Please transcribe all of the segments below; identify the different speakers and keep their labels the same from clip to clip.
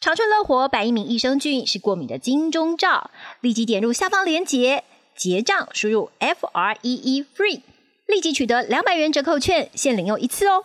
Speaker 1: 长春乐活百亿名益生菌是过敏的金钟罩，立即点入下方链接结账，输入 F R E E FREE，立即取得两百元折扣券，限领用一次哦。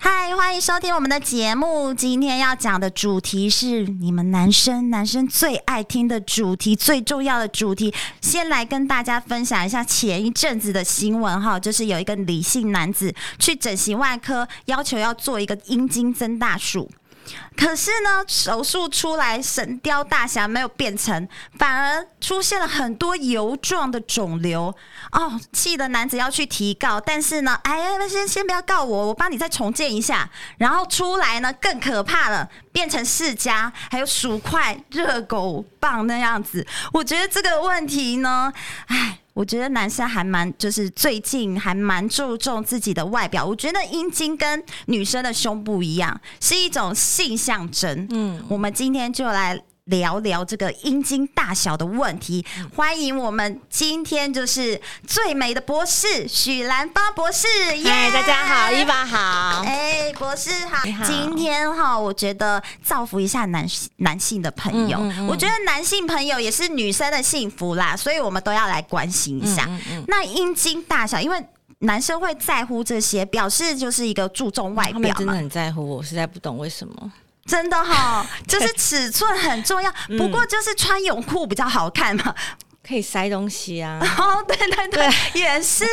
Speaker 2: 嗨，欢迎收听我们的节目。今天要讲的主题是你们男生男生最爱听的主题，最重要的主题。先来跟大家分享一下前一阵子的新闻哈，就是有一个李姓男子去整形外科，要求要做一个阴茎增大术。可是呢，手术出来，神雕大侠没有变成，反而出现了很多油状的肿瘤。哦，气的男子要去提告，但是呢，哎呀，先先不要告我，我帮你再重建一下。然后出来呢，更可怕了，变成世家，还有鼠块、热狗棒那样子。我觉得这个问题呢，哎。我觉得男生还蛮，就是最近还蛮注重自己的外表。我觉得阴茎跟女生的胸不一样，是一种性象征。嗯，我们今天就来聊聊这个阴茎大小的问题。
Speaker 3: 嗯
Speaker 2: 欢迎我们今天就是最美的博士许兰芳博士，耶、
Speaker 3: 嗨，大家好，伊娃好。
Speaker 2: 哎、博士好，
Speaker 3: 你好
Speaker 2: 今天哈，我觉得造福一下男男性的朋友、
Speaker 3: 嗯嗯嗯
Speaker 2: 我觉得男性朋友也是女生的幸福啦，所以我们都要来关心一下。
Speaker 3: 嗯嗯
Speaker 2: 那阴茎大小，因为男生会在乎这些，表示就是一个注重外
Speaker 3: 他们
Speaker 2: 表
Speaker 3: 真的
Speaker 2: 嘛，
Speaker 3: 很在乎我，实在不懂为什么。
Speaker 2: 真的哈，就是尺寸很重 要。
Speaker 3: 嗯
Speaker 2: 不过就是穿泳裤比较好看嘛，
Speaker 3: 可以塞东西啊，
Speaker 2: 哦，对对对，也是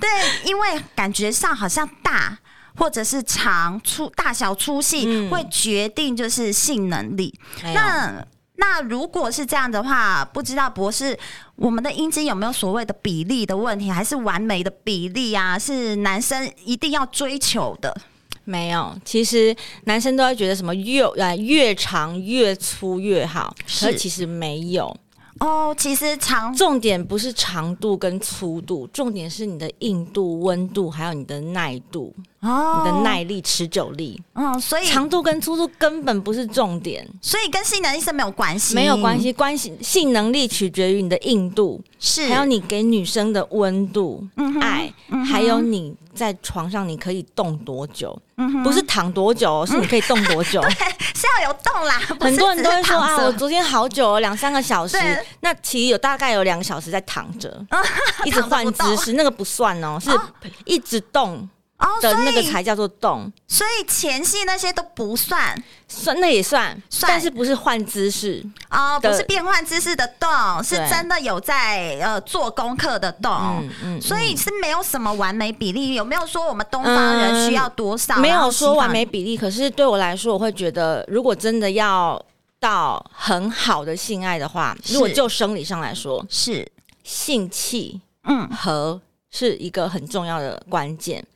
Speaker 2: 对，因为感觉上好像大或者是长粗大小粗细、
Speaker 3: 嗯哎
Speaker 2: 会决定就是性能力。
Speaker 3: 没 有
Speaker 2: 那那如果是这样的话，不知道博士，我们的阴茎有没有所谓的比例的问题，还是完美的比例啊？是男生一定要追求的？
Speaker 3: 没有。其实男生都会觉得什么越呃越长越粗越好，
Speaker 2: 是
Speaker 3: 可其实没有。
Speaker 2: 哦，其实长
Speaker 3: 重点不是长度跟粗度，重点是你的硬度、温度，还有你的耐度、
Speaker 2: 哦，
Speaker 3: 你的耐力、持久力。
Speaker 2: 嗯，所以
Speaker 3: 长度跟粗度根本不是重点，
Speaker 2: 所以跟性能力是没有关系，
Speaker 3: 没有关系，关系性能力取决于你的硬度。
Speaker 2: 是
Speaker 3: 还有你给女生的温度、
Speaker 2: 嗯哼
Speaker 3: 爱，
Speaker 2: 嗯哼
Speaker 3: 还有你在床上你可以动多久，
Speaker 2: 嗯
Speaker 3: 不是躺多久哦，是你可以动 多久。
Speaker 2: 是要有动啦，不是
Speaker 3: 很多人都会说啊，
Speaker 2: 只是躺着
Speaker 3: 我昨天好久哦，两三个小时
Speaker 2: 对。
Speaker 3: 那其实有大概有两个小时在躺 着，一直换姿势，那个不算哦，是一直动
Speaker 2: 哦，所
Speaker 3: 的那个
Speaker 2: 以
Speaker 3: 才叫做动，
Speaker 2: 所以前戏那些都不算
Speaker 3: 算那也算，
Speaker 2: 算
Speaker 3: 但是不是换姿势？
Speaker 2: 哦，不
Speaker 3: 的
Speaker 2: 是变换姿势的动，是
Speaker 3: 对
Speaker 2: 真的有在呃做功课的动。
Speaker 3: 嗯嗯，嗯
Speaker 2: 所以是没有什么完美比例，有没有说我们东方人需要多少？
Speaker 3: 没
Speaker 2: 然后
Speaker 3: 有
Speaker 2: 西方
Speaker 3: 说完美比例，可是对我来说，我会觉得，如果真的要到很好的性爱的话，
Speaker 2: 是
Speaker 3: 如果就生理上来说，
Speaker 2: 是，
Speaker 3: 性气
Speaker 2: 嗯
Speaker 3: 和是一个很重要的关键。
Speaker 2: 嗯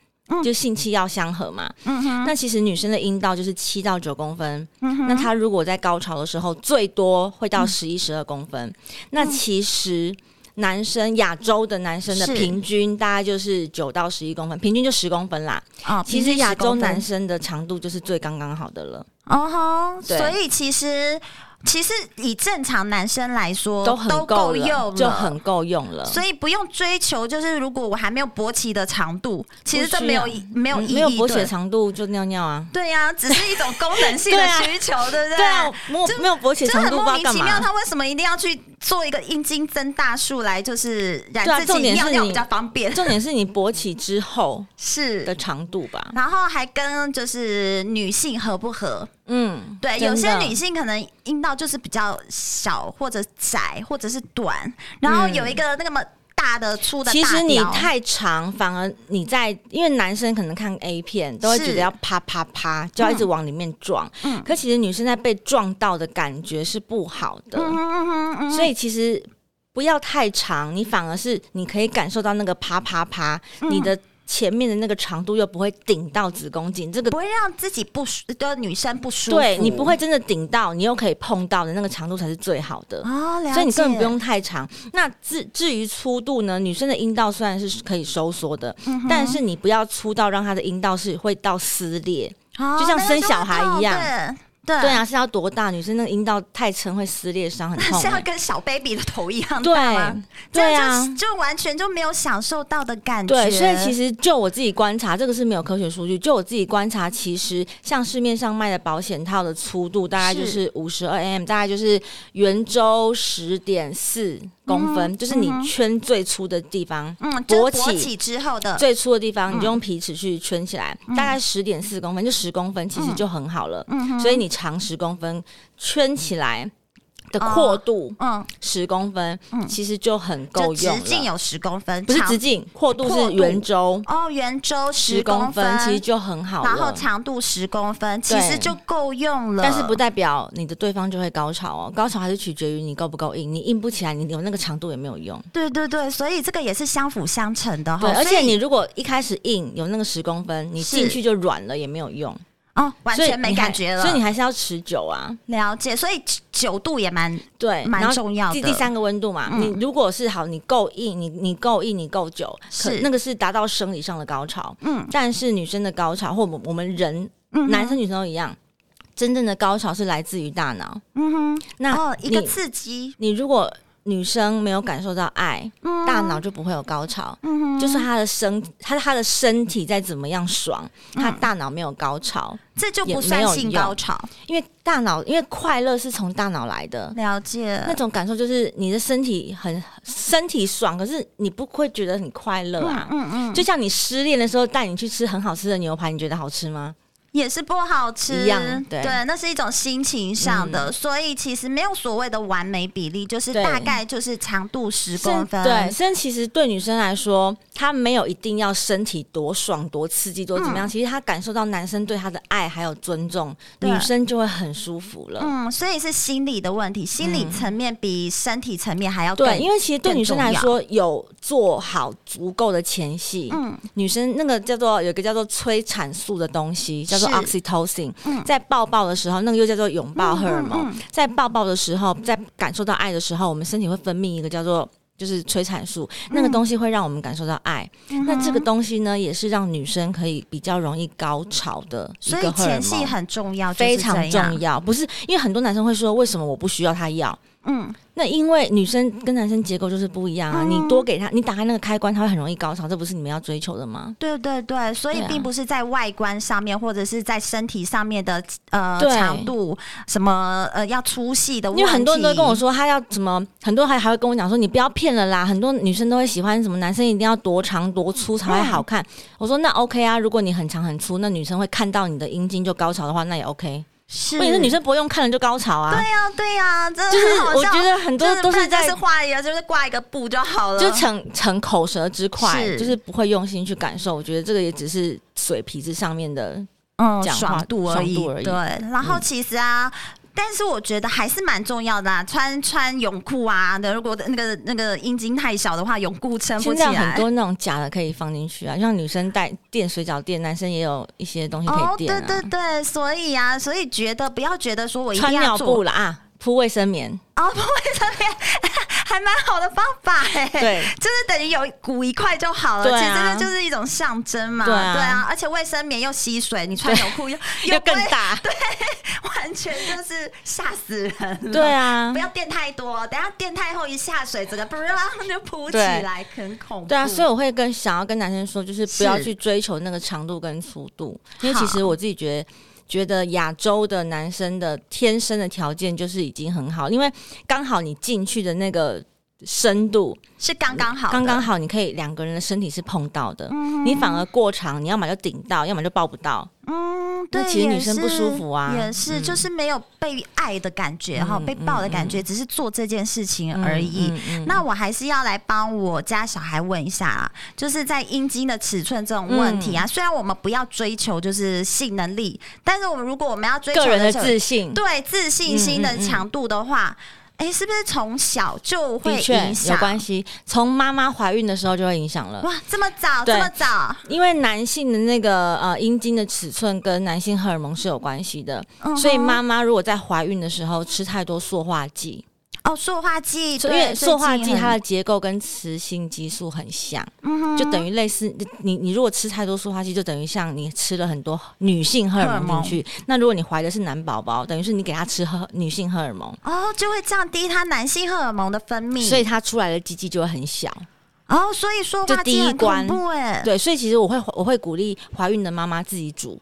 Speaker 3: 就性气要相合嘛，
Speaker 2: 嗯哼，
Speaker 3: 那其实女生的阴道就是七到九公分，
Speaker 2: 嗯哼嗯
Speaker 3: 那她如果在高潮的时候，最多会到十一、十二公分。那其实男生亚洲的男生的
Speaker 2: 是
Speaker 3: 平均大概就是九到十一公分，平均就十公分啦。
Speaker 2: 哦，
Speaker 3: 其实亚洲男
Speaker 2: 生
Speaker 3: 生的长度就是最刚刚好的了，
Speaker 2: 哦吼，
Speaker 3: 对
Speaker 2: 所以其实其实以正常男生来说
Speaker 3: 都很够
Speaker 2: 哦够用了，
Speaker 3: 就很够用了。
Speaker 2: 所以不用追求，就是如果我还没有勃起的长度，其实这
Speaker 3: 不需
Speaker 2: 没有
Speaker 3: 要
Speaker 2: 意没有
Speaker 3: 嗯
Speaker 2: 意义，
Speaker 3: 没有勃起
Speaker 2: 对
Speaker 3: 的长度就尿尿啊。
Speaker 2: 对呀、只是一种功能性的
Speaker 3: 对啊
Speaker 2: 需求，对不对？
Speaker 3: 对啊，没有
Speaker 2: 就
Speaker 3: 没有勃起的
Speaker 2: 就
Speaker 3: 长
Speaker 2: 很
Speaker 3: 度不知
Speaker 2: 莫
Speaker 3: 道
Speaker 2: 名
Speaker 3: 干
Speaker 2: 其妙，
Speaker 3: 嘛。
Speaker 2: 他为什么一定要去做一个阴茎增大术来，就是
Speaker 3: 对啊
Speaker 2: 让自
Speaker 3: 重
Speaker 2: 己
Speaker 3: 点是
Speaker 2: 尿尿
Speaker 3: 你
Speaker 2: 比较方便？
Speaker 3: 重点是你勃起之后的
Speaker 2: 是，
Speaker 3: 长度吧？
Speaker 2: 然后还跟就是女性合不合？
Speaker 3: 嗯，
Speaker 2: 对，
Speaker 3: 真
Speaker 2: 有些
Speaker 3: 的
Speaker 2: 女性可能阴道就是比较小，或者窄，或者是短，然后有一个那么大的粗的大
Speaker 3: 嗯其
Speaker 2: 条。
Speaker 3: 实你太长，反而你在因为男生可能看 A 片都会
Speaker 2: 是
Speaker 3: 觉得要啪啪啪，就要一直往里面撞。
Speaker 2: 嗯
Speaker 3: 可其实女生在被撞到的感觉是不好的，
Speaker 2: 嗯哼嗯哼
Speaker 3: 所以其实不要太长，你反而是你可以感受到那个啪啪啪，
Speaker 2: 嗯
Speaker 3: 你的前面的那个长度又不会顶到子宫颈，这个
Speaker 2: 不会让自己不舒，就女生不舒服。
Speaker 3: 对你不会真的顶到，你又可以碰到的那个长度才是最好的。
Speaker 2: 哦，了解。
Speaker 3: 所以你根本不用太长。那至至于粗度呢，女生的阴道虽然是可以收缩的，
Speaker 2: 嗯
Speaker 3: 但是你不要粗到让她的阴道是会到撕裂。
Speaker 2: 哦，
Speaker 3: 就像
Speaker 2: 那个
Speaker 3: 生
Speaker 2: 就
Speaker 3: 小
Speaker 2: 会
Speaker 3: 孩一
Speaker 2: 痛
Speaker 3: 样，
Speaker 2: 对
Speaker 3: 对，啊，是要多大？女生那个阴道太撑会撕裂伤，很
Speaker 2: 那
Speaker 3: 痛
Speaker 2: 是要
Speaker 3: 欸、
Speaker 2: 跟小 baby 的头一样大
Speaker 3: 对
Speaker 2: 吗？
Speaker 3: 对
Speaker 2: 这
Speaker 3: 啊
Speaker 2: 样。就就完全就没有享受到的感觉。
Speaker 3: 对，所以其实就我自己观察，这个是没有科学数据。就我自己观察，其实像市面上卖的保险套的粗度大概就是是五十二 m，大概就是圆周十点四公分，就是你
Speaker 2: 嗯哼
Speaker 3: 圈最粗的地方。
Speaker 2: 嗯，就是
Speaker 3: 勃
Speaker 2: 勃
Speaker 3: 起
Speaker 2: 起之后的，
Speaker 3: 最粗的地方，你就
Speaker 2: 嗯
Speaker 3: 用皮尺去圈起来，大概十点四公分，就十公分，其
Speaker 2: 嗯
Speaker 3: 实就很好了。所以你长十公分圈起来的阔度
Speaker 2: 嗯，
Speaker 3: 十公分，其实就很够
Speaker 2: 就
Speaker 3: 用
Speaker 2: 直
Speaker 3: 了。
Speaker 2: 径有十公分，
Speaker 3: 不是
Speaker 2: 长
Speaker 3: 直径，阔度
Speaker 2: 阔
Speaker 3: 是
Speaker 2: 度
Speaker 3: 圆周
Speaker 2: 哦，圆周
Speaker 3: 十
Speaker 2: 十
Speaker 3: 公
Speaker 2: 分，
Speaker 3: 其实就很好
Speaker 2: 然后
Speaker 3: 了。
Speaker 2: 长度十公分，其实
Speaker 3: 对
Speaker 2: 就够用了。
Speaker 3: 但是不代表你的对方就会高潮哦，高潮还是取决于你够不够硬，你硬不起来，你有那个长度也没有用。
Speaker 2: 对对对，所以这个也是相辅相成的哈。
Speaker 3: 对，而且
Speaker 2: 所以
Speaker 3: 你如果一开始硬有那个十公分，你
Speaker 2: 是
Speaker 3: 进去就软了也没有用，
Speaker 2: 哦，完
Speaker 3: 所以
Speaker 2: 全没
Speaker 3: 你还
Speaker 2: 感觉了。
Speaker 3: 所以你还是要持久啊。
Speaker 2: 了解，所以九度也蛮
Speaker 3: 对，
Speaker 2: 蛮
Speaker 3: 然后
Speaker 2: 重要
Speaker 3: 第
Speaker 2: 的
Speaker 3: 第三个温度嘛，
Speaker 2: 嗯
Speaker 3: 你如果是好，你够硬，你你够硬，你够久，可
Speaker 2: 是
Speaker 3: 那个是达到生理上的高潮。
Speaker 2: 嗯
Speaker 3: 但是女生的高潮，或我们我们人、
Speaker 2: 嗯哼
Speaker 3: 男生女生都一样，真正的高潮是来自于大脑。
Speaker 2: 嗯哼，
Speaker 3: 那
Speaker 2: 哦一
Speaker 3: 你、
Speaker 2: 个刺激，
Speaker 3: 你如果女生没有感受到爱，
Speaker 2: 嗯
Speaker 3: 大脑就不会有高潮。
Speaker 2: 嗯哼，
Speaker 3: 就算她的身，她她的身体再怎么样爽，她
Speaker 2: 嗯
Speaker 3: 大脑没有高潮，
Speaker 2: 这就
Speaker 3: 也
Speaker 2: 不
Speaker 3: 没
Speaker 2: 算
Speaker 3: 有
Speaker 2: 性
Speaker 3: 用
Speaker 2: 高潮。
Speaker 3: 因为大脑因为快乐是从大脑来的，
Speaker 2: 了解，
Speaker 3: 那种感受就是你的身体很身体爽，可是你不会觉得很快乐啊。
Speaker 2: 嗯嗯，
Speaker 3: 就像你失恋的时候带你去吃很好吃的牛排，你觉得好吃吗？
Speaker 2: 也是不好吃，
Speaker 3: 一样对嗯
Speaker 2: 那是一种心情上的，所以其实没有所谓的完美比例，就是
Speaker 3: 对
Speaker 2: 大概就是长度十公分，
Speaker 3: 对，甚至其实对女生来说，她没有一定要身体多爽、多刺激、多怎么
Speaker 2: 嗯
Speaker 3: 样，其实她感受到男生对她的爱还有尊重，
Speaker 2: 对
Speaker 3: 女生就会很舒服了。
Speaker 2: 嗯，所以是心理的问题，心理层面比身体层面还要
Speaker 3: 嗯对，
Speaker 2: 更
Speaker 3: 因为其实对
Speaker 2: 更
Speaker 3: 女生
Speaker 2: 重
Speaker 3: 来
Speaker 2: 要
Speaker 3: 说，有做好足够的前戏，
Speaker 2: 嗯
Speaker 3: 女生那个叫做有一个叫做催产素的东西，叫做
Speaker 2: 是
Speaker 3: oxytocin，、
Speaker 2: 嗯
Speaker 3: 在抱抱的时候，那个又叫做拥抱荷尔蒙，
Speaker 2: 嗯嗯
Speaker 3: 在抱抱的时候，在感受到爱的时候，我们身体会分泌一个叫做。就是催产素那
Speaker 2: 嗯
Speaker 3: 个东西会让我们感受到爱，那这个东西呢，也是让女生可以比较容易高潮的一
Speaker 2: 所
Speaker 3: 个
Speaker 2: 以
Speaker 3: 荷尔
Speaker 2: 前
Speaker 3: 蒙，
Speaker 2: 戏很重要，
Speaker 3: 非常重
Speaker 2: 要，
Speaker 3: 要。不是因为很多男生会说，为什么我不需要他要？
Speaker 2: 嗯，
Speaker 3: 那因为女生跟男生结构就是不一样啊，
Speaker 2: 嗯
Speaker 3: 你多给他，你打开那个开关，他会很容易高潮，这不是你们要追求的吗？
Speaker 2: 对对对，所以
Speaker 3: 对啊
Speaker 2: 并不是在外观上面或者是在身体上面的呃
Speaker 3: 对
Speaker 2: 长度什么呃要粗细的问
Speaker 3: 因
Speaker 2: 题，
Speaker 3: 为很多人都跟我说，他要怎么，很多人还还会跟我讲说，你不要骗了啦。很多女生都会喜欢什么，男生一定要多长多粗才会好看。
Speaker 2: 嗯
Speaker 3: 我说那 OK 啊，如果你很长很粗，那女生会看到你的阴茎就高潮的话，那也 OK。
Speaker 2: 是，
Speaker 3: 问题是女生不用看了就高潮啊。
Speaker 2: 对呀、对呀、真的
Speaker 3: 就是
Speaker 2: 很好
Speaker 3: 我
Speaker 2: 笑
Speaker 3: 觉得很多
Speaker 2: 真的
Speaker 3: 都是
Speaker 2: 不然就
Speaker 3: 在
Speaker 2: 是画一个，就是挂一个布就好了。
Speaker 3: 就逞逞口舌之快，
Speaker 2: 是
Speaker 3: 就是不会用心去感受。我觉得这个也只是嘴皮子上面的
Speaker 2: 嗯
Speaker 3: 讲话
Speaker 2: 爽度而已，
Speaker 3: 爽度而已嗯
Speaker 2: 对，然后其实啊。但是我觉得还是蛮重要的、啊，穿穿泳裤啊的，如果那个那个阴茎太小的话，泳裤撑不起
Speaker 3: 现在有
Speaker 2: 来。
Speaker 3: 很多那种假的可以放进去啊，像女生带垫水饺垫，男生也有一些东西可
Speaker 2: 哦，
Speaker 3: 以
Speaker 2: 对
Speaker 3: 垫、啊
Speaker 2: 对对，所以啊，所以觉得不要觉得说我一定
Speaker 3: 穿
Speaker 2: 要
Speaker 3: 尿
Speaker 2: 做
Speaker 3: 布啦啊，铺卫生棉，
Speaker 2: 哦，不会这边还还蛮好的方法哎、
Speaker 3: 对，
Speaker 2: 就是等于有鼓一块就好了。
Speaker 3: 对啊
Speaker 2: 其实这个就是一种象征嘛，
Speaker 3: 对啊
Speaker 2: 而且卫生棉又吸水，你穿泳 裤又
Speaker 3: 又更
Speaker 2: 不会，
Speaker 3: 大，
Speaker 2: 完全就是吓死人了。
Speaker 3: 对。啊
Speaker 2: 不。要垫太多，等下垫太厚一下水，整个 不啦就扑起
Speaker 3: 对
Speaker 2: 来，很恐怖。
Speaker 3: 对啊，所以我会跟想要跟男生说，就是不
Speaker 2: 嗯
Speaker 3: 要
Speaker 2: 是
Speaker 3: 去追求那个长度跟粗度，因为
Speaker 2: 好
Speaker 3: 其实我自己觉得。觉得亚洲的男生的天生的条件就是已经很好，因为刚好你进去的那个深度
Speaker 2: 是刚刚好的，
Speaker 3: 刚刚好，你可以两个人的身体是碰到的，你反而过长，你要么就顶到，要么就抱不到。
Speaker 2: 嗯，
Speaker 3: 那
Speaker 2: 对，
Speaker 3: 其实
Speaker 2: 也
Speaker 3: 女生不舒服啊
Speaker 2: 是也是，
Speaker 3: 嗯
Speaker 2: 就是没有被爱的感觉哈，
Speaker 3: 嗯
Speaker 2: 被抱的感觉，只是做这件事情
Speaker 3: 嗯
Speaker 2: 而已。
Speaker 3: 嗯嗯
Speaker 2: 那我还是要来帮我家小孩问一下啊，就是在阴茎的尺寸这种
Speaker 3: 嗯
Speaker 2: 问题啊，虽然我们不要追求就是性能力，但是我们如果我们要追求
Speaker 3: 个人的
Speaker 2: 是
Speaker 3: 自信，
Speaker 2: 对自信心的
Speaker 3: 嗯嗯嗯
Speaker 2: 强度的话，哎、是不是从小就会
Speaker 3: 的确
Speaker 2: 影响？嗯
Speaker 3: 有关系，从妈妈怀孕的时候就会影响了。
Speaker 2: 哇，这么早，
Speaker 3: 对
Speaker 2: 这么早，
Speaker 3: 因为男性的那个呃阴茎的尺寸跟男性荷尔蒙是有关系的，
Speaker 2: 嗯哼
Speaker 3: 所以妈妈如果在怀孕的时候吃太多塑化剂，
Speaker 2: 哦，塑化剂，
Speaker 3: 因为
Speaker 2: 对
Speaker 3: 塑化
Speaker 2: 最
Speaker 3: 剂
Speaker 2: 近很
Speaker 3: 它的结构跟雌性激素很像，
Speaker 2: 嗯哼
Speaker 3: 就等于类似你你如果吃太多塑化剂，就等于像你吃了很多女性荷尔蒙进去。那如果你怀的是男宝宝，等于是你给他吃荷女性荷尔蒙，
Speaker 2: 哦，就会降低它男性荷尔蒙的分泌，
Speaker 3: 所以他出来的鸡鸡就会很小。
Speaker 2: 哦，所以说
Speaker 3: 这
Speaker 2: 话
Speaker 3: 第一
Speaker 2: 很恐
Speaker 3: 关
Speaker 2: 怖哎，
Speaker 3: 对，所以其实我会我会鼓励怀孕的妈妈自己煮，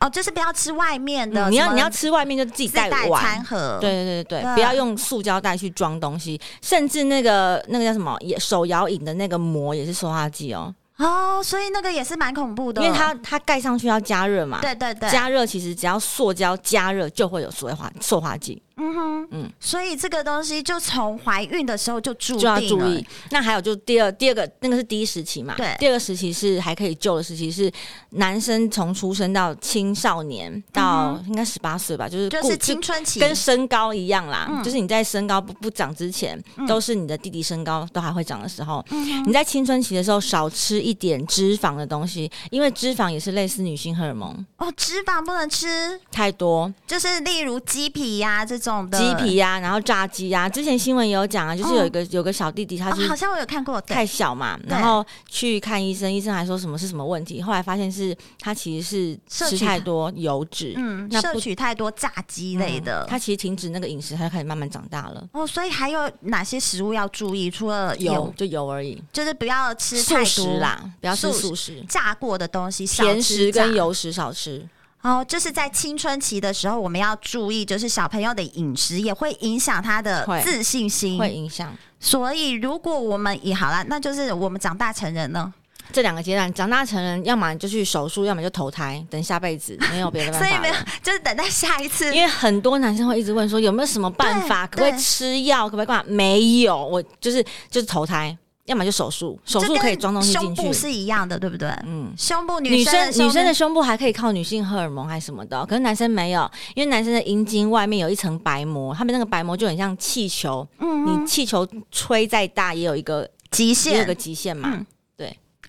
Speaker 2: 哦，就是不要吃外面的，
Speaker 3: 嗯
Speaker 2: 嗯
Speaker 3: 你
Speaker 2: 什
Speaker 3: 要
Speaker 2: 么
Speaker 3: 你要吃外面就自己
Speaker 2: 自
Speaker 3: 带
Speaker 2: 带
Speaker 3: 碗。
Speaker 2: 餐盒，
Speaker 3: 对对对
Speaker 2: 对啊
Speaker 3: 对，不要用塑胶袋去装东西，甚至那个那个叫什么也手摇饮的那个膜也是塑化剂哦，
Speaker 2: 哦，所以那个也是蛮恐怖的，
Speaker 3: 因为它它盖上去要加热嘛。
Speaker 2: 啊对对对，
Speaker 3: 加热其实只要塑胶加热就会有塑化塑化剂，
Speaker 2: 嗯哼嗯
Speaker 3: 嗯，
Speaker 2: 所以这个东西就从怀孕的时候就注定
Speaker 3: 就要注
Speaker 2: 了
Speaker 3: 意。那还有就第二第二个那个是第一时期嘛，
Speaker 2: 对
Speaker 3: 第二个时期是还可以救的时期是男生从出生到青少年
Speaker 2: 嗯
Speaker 3: 到应该十八岁吧，就是
Speaker 2: 就
Speaker 3: 固
Speaker 2: 是青春期，
Speaker 3: 跟身高一样啦，
Speaker 2: 嗯
Speaker 3: 就是你在身高不不长之前，
Speaker 2: 嗯
Speaker 3: 都是你的弟弟身高都还会长的时候，
Speaker 2: 嗯
Speaker 3: 你
Speaker 2: 哼
Speaker 3: 在青春期的时候少吃一点脂肪的东西，因为脂肪也是类似女性荷尔蒙，
Speaker 2: 哦，脂肪不能吃，
Speaker 3: 太多
Speaker 2: 就是例如鸡皮呀这种的
Speaker 3: 鸡皮呀、然后炸鸡呀、之前新闻也有讲啊，就是有一个、有个小弟弟，他
Speaker 2: 哦，
Speaker 3: 啊就是
Speaker 2: 好像我有看过，对
Speaker 3: 太小嘛，
Speaker 2: 对
Speaker 3: 然后去看医生，医生还说什么是什么问题，后来发现是他其实
Speaker 2: 摄
Speaker 3: 是
Speaker 2: 取
Speaker 3: 吃太多油脂，
Speaker 2: 嗯，
Speaker 3: 那
Speaker 2: 摄
Speaker 3: 不嗯
Speaker 2: 取太多炸鸡类的，
Speaker 3: 他其实停止那个饮食，他就开始慢慢长大了。
Speaker 2: 哦，所以还有哪些食物要注意？除了
Speaker 3: 油
Speaker 2: 油，
Speaker 3: 就油而已，
Speaker 2: 就是不要吃太
Speaker 3: 素
Speaker 2: 多
Speaker 3: 食，啦，不要吃
Speaker 2: 素
Speaker 3: 素食，
Speaker 2: 炸过的东西，少
Speaker 3: 甜
Speaker 2: 吃
Speaker 3: 食跟
Speaker 2: 炸。
Speaker 3: 油食少吃。
Speaker 2: 哦，就是在青春期的时候，我们要注意，就是小朋友的饮食也会影响他的
Speaker 3: 会
Speaker 2: 自信心。
Speaker 3: 会影响
Speaker 2: 所以如果我们也好啦，那就是我们长大成人呢，
Speaker 3: 这两个阶段。长大成人，要么就去手术，要么就投胎，等下 辈子没有别的办
Speaker 2: 所以
Speaker 3: 法
Speaker 2: 没有
Speaker 3: 了。
Speaker 2: 就是等待下一次
Speaker 3: 因为很多男生会一直问说有没有什么办法，
Speaker 2: 对
Speaker 3: 可不可以
Speaker 2: 对
Speaker 3: 吃药，可不可以干嘛？没有，我就是就是投胎，要么就手术，手术
Speaker 2: 就跟
Speaker 3: 可以装东西
Speaker 2: 胸
Speaker 3: 进
Speaker 2: 部
Speaker 3: 去。
Speaker 2: 是一样的，对不对？
Speaker 3: 嗯，
Speaker 2: 胸部
Speaker 3: 女
Speaker 2: 生的胸
Speaker 3: 生女生
Speaker 2: 部
Speaker 3: 的胸部还可以靠女性荷尔蒙还是什么的哦，可是男生没有，因为男生的阴茎外面有一层白膜，他们那个白膜就很像气球，
Speaker 2: 嗯
Speaker 3: 你气球吹再大也有一个
Speaker 2: 极
Speaker 3: 也有
Speaker 2: 限
Speaker 3: 个，极限嘛。
Speaker 2: 嗯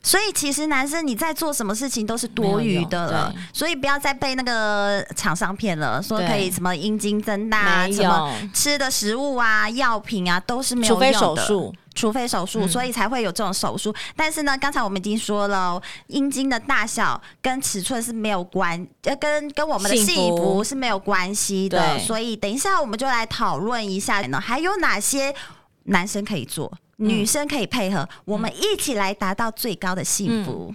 Speaker 2: 所以其实男生你在做什么事情都是多余的了
Speaker 3: 没有用，
Speaker 2: 所以不要再被那个厂商骗了，说
Speaker 3: 对
Speaker 2: 可以什么阴茎增大啊，
Speaker 3: 没
Speaker 2: 什么
Speaker 3: 有，
Speaker 2: 吃的食物啊、药品啊都是没有
Speaker 3: 除非
Speaker 2: 用
Speaker 3: 手
Speaker 2: 的，
Speaker 3: 术。
Speaker 2: 除非手术，
Speaker 3: 嗯
Speaker 2: 所以才会有这种手术。但是呢，刚才我们已经说了哦，阴茎的大小跟尺寸是没有关，呃，跟跟我们的
Speaker 3: 幸
Speaker 2: 幸
Speaker 3: 福
Speaker 2: 福是没有关系的。
Speaker 3: 对
Speaker 2: 所以等一下我们就来讨论一下呢，还有哪些男生可以做，
Speaker 3: 嗯嗯
Speaker 2: 女生可以配合，我们一起来达到最高的幸福。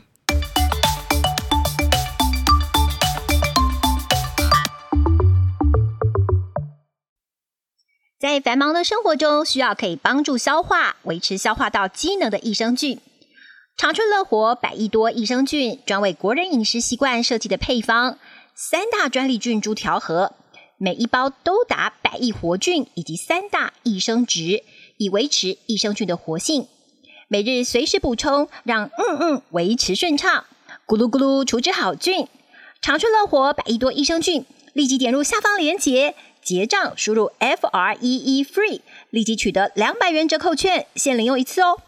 Speaker 1: 在繁忙的生活中，需要可以帮助消化、维持消化道机能的益生菌。长春乐活百亿多益生菌专为国人饮食习惯设计的配方，三大专利菌株调和，每一包都达百亿活菌以及三大益生值，以维持益生菌的活性。每日随时补充，让嗯嗯维持顺畅。咕噜咕噜除之好菌，长春乐活百亿多益生菌，立即点入下方链接结账，输入 F R E E FREE，立即取得两百元折扣券，限领用一次哦。